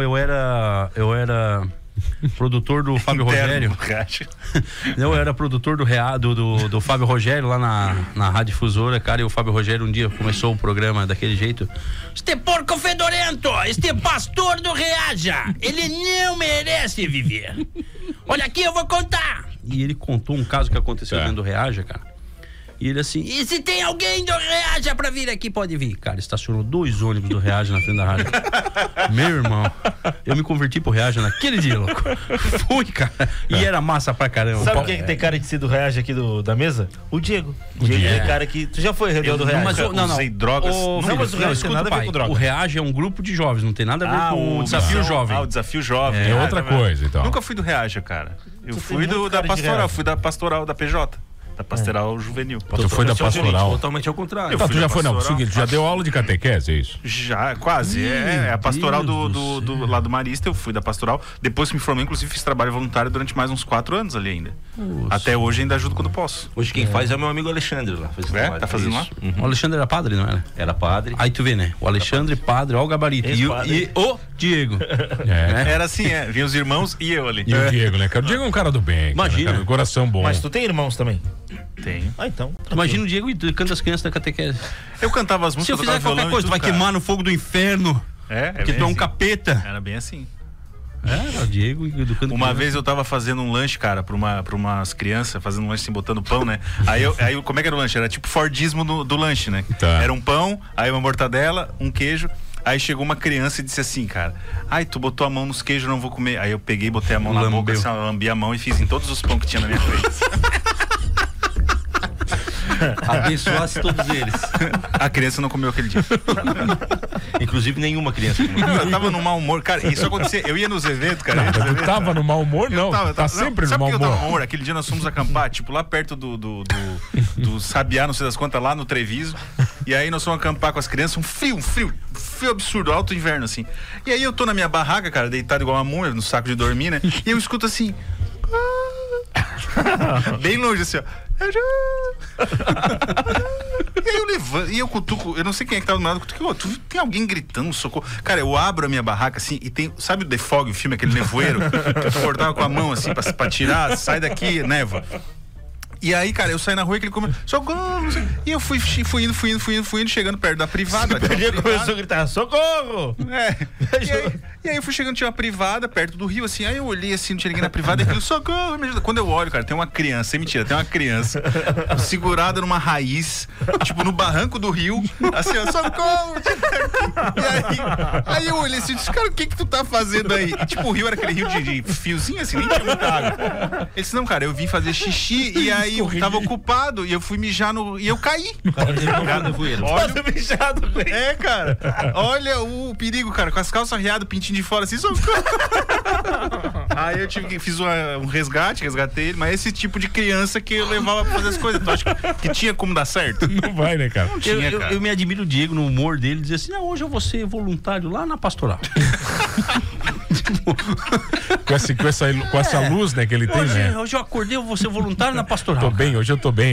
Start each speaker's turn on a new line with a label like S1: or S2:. S1: Eu era. Eu era produtor do Fábio
S2: Interno,
S1: Rogério.
S2: Cássio.
S1: Eu era produtor do, Rea- do, do, do Fábio Rogério lá na, na Rádio Difusora, cara. E o Fábio Rogério um dia começou o programa daquele jeito. Este porco fedorento! Este pastor do Reaja! Ele não merece viver! Olha aqui, eu vou contar! E ele contou um caso que aconteceu
S2: Tá.
S1: dentro do Reaja, cara. E ele assim, e se tem alguém do Reaja pra vir aqui, pode vir. Cara, estacionou dois ônibus do Reaja na frente da rádio. Meu irmão, eu me converti pro Reaja naquele dia, louco. Fui, cara. E era massa pra caramba.
S3: É. Sabe
S1: Pau-
S3: quem é que tem cara de ser do Reage aqui do, da mesa? O Diego. O Diego
S1: Diego.
S3: é cara que. Tu já foi redor do
S2: Eu-
S3: Reage?
S1: Mas o- não, não.
S2: Usei drogas.
S1: Ô,
S2: Não,
S1: filho,
S3: mas o Reage tem
S1: escuta,
S3: nada a ver
S1: pai,
S3: com Ah, droga.
S1: O Reage é um grupo de jovens, não tem nada a ver com Ah, o desafio
S2: Missão-
S1: jovem.
S2: Ah, o desafio jovem.
S4: É outra coisa, então.
S2: Nunca fui do Reaja, cara. Eu
S3: Tu
S2: fui
S3: tem
S2: do,
S3: muito
S2: da
S3: cara de
S2: pastoral,
S3: Reaja.
S2: fui da pastoral da PJ. Da
S1: É.
S2: pastoral juvenil.
S4: Tu foi da pastoral.
S1: Totalmente ao contrário.
S2: Eu
S4: Tá,
S2: fui
S4: tu
S2: da
S4: já foi, não,
S2: pastoral.
S4: seguinte, tu já deu aula de catequese, é isso?
S2: Já, quase. É, é a pastoral do,
S1: Deus
S2: do,
S1: do
S2: do- lá do Marista, eu fui da pastoral. Depois que me formei, inclusive, fiz trabalho voluntário durante mais uns quatro anos ali ainda. Até hoje ainda ajudo quando posso.
S5: Hoje quem faz é o meu amigo Alexandre lá. Faz esse
S2: É?
S5: trabalho.
S2: Tá fazendo
S5: Isso. Uhum.
S1: O Alexandre era padre, não era?
S5: Era padre.
S1: Aí tu vê, né? O Alexandre, padre, olha o gabarito. E, o-
S3: Ex-padre.
S1: e o Diego.
S4: É.
S2: Era assim, é. Vinham os irmãos e eu ali.
S4: E o Diego, né, cara? O Diego é um cara do bem. cara,
S1: Imagina.
S4: Cara, um coração bom.
S3: Mas tu tem irmãos também?
S2: Tenho.
S3: Ah, então.
S1: Imagina o Diego e tu canta as crianças da catequese.
S2: Eu cantava as músicas,
S1: Se eu fizer
S2: tocava violão
S1: qualquer
S2: e
S1: coisa, tu
S2: tudo,
S1: vai
S2: cara.
S1: queimar no fogo do inferno.
S2: É, é
S1: Porque tu
S2: bem
S1: é um
S2: assim.
S1: capeta.
S2: Era bem assim.
S1: É, o Diego e do canto
S2: Uma
S1: criança.
S2: vez eu tava fazendo um lanche, cara, pra, uma, pra umas crianças, fazendo um lanche assim, botando pão, né? Aí, eu, aí eu- como é que era o lanche? Era tipo Fordismo do, do lanche, né?
S4: Tá.
S2: Era um pão, aí uma mortadela, um queijo. Aí chegou uma criança e disse assim, cara, ai, tu botou a mão nos queijos, eu não vou comer. Aí eu peguei, botei a mão na
S1: Lambeu.
S2: boca, assim, ó, lambi a mão e fiz em todos os pão que tinha na minha frente.
S5: Abençoasse todos eles.
S2: a criança não comeu aquele dia.
S5: Inclusive nenhuma criança.
S2: Não, eu tava num mau humor, cara. Isso acontecia. Eu ia nos eventos, cara. eu ia nos
S4: Nada, tu
S2: eventos,
S4: tava no mau humor, não.
S2: Tava,
S4: tá
S2: tava-
S4: sempre no
S2: sabe
S4: mau
S2: por que eu tava
S4: humor.
S2: no humor? Aquele dia nós fomos acampar, tipo, lá perto do, do, do, do Sabiá, não sei das quantas, lá no Treviso. E aí nós fomos acampar com as crianças, um frio, um frio, um frio absurdo, alto inverno, assim. E aí eu tô na minha barraca, cara, deitado igual uma múmia, no saco de dormir, né? E eu escuto assim. Bem longe, assim, ó. Eu já- E aí eu levanto, e eu cutuco, eu não sei quem é que tá do meu lado, eu cutuco, "Ô, tu viu- tem alguém gritando, socorro. Cara, eu abro a minha barraca assim e tem, sabe o The Fog, o filme, aquele nevoeiro? Que tu cortava com a mão assim pra, pra tirar, sai daqui, neva. E aí, cara, eu saí na rua e ele começou, socorro, não sei. E eu fui, fui indo, fui indo, fui indo, fui indo, chegando perto da privada.
S3: O
S2: tinha uma
S3: Diego
S2: privada.
S3: começou a gritar: socorro!
S2: É. E aí, e aí eu fui chegando, tinha uma privada perto do rio, assim. Aí eu olhei assim, não tinha ninguém na privada, e aquilo, socorro, me ajuda. Quando eu olho, cara, tem uma criança, sem mentira, tem uma criança segurada numa raiz, tipo, no barranco do rio, assim, ó, socorro! E aí, aí eu olhei assim, e disse, cara, o que que tu tá fazendo aí? E, tipo, o rio era aquele rio de, de fiozinho, assim, nem tinha muita água. Ele disse, não, cara, eu vim fazer xixi, e aí eu tava ocupado, e eu fui mijar no... e eu caí. Olha
S3: Olha o bichado, velho.
S2: é, cara. Olha o perigo, cara. Com as calças arreadas, pintinho de fora, assim, só... Aí eu tive que fiz uma- um resgate, resgatei ele, mas esse tipo de criança que eu levava pra fazer as coisas. Tu acha que, que tinha como dar certo?
S4: Não vai, né, cara?
S1: Eu,
S2: Tinha,
S1: eu-
S2: cara.
S1: eu me admiro o Diego no humor dele, dizer assim: não, hoje eu vou ser voluntário lá na pastoral.
S4: Com, esse- com essa, ilu- com essa luz, né, que ele tem,
S1: Hoje,
S4: né?
S2: É.
S1: hoje eu acordei, eu vou ser voluntário na pastoral.
S4: é. Tô bem, hoje eu tô bem.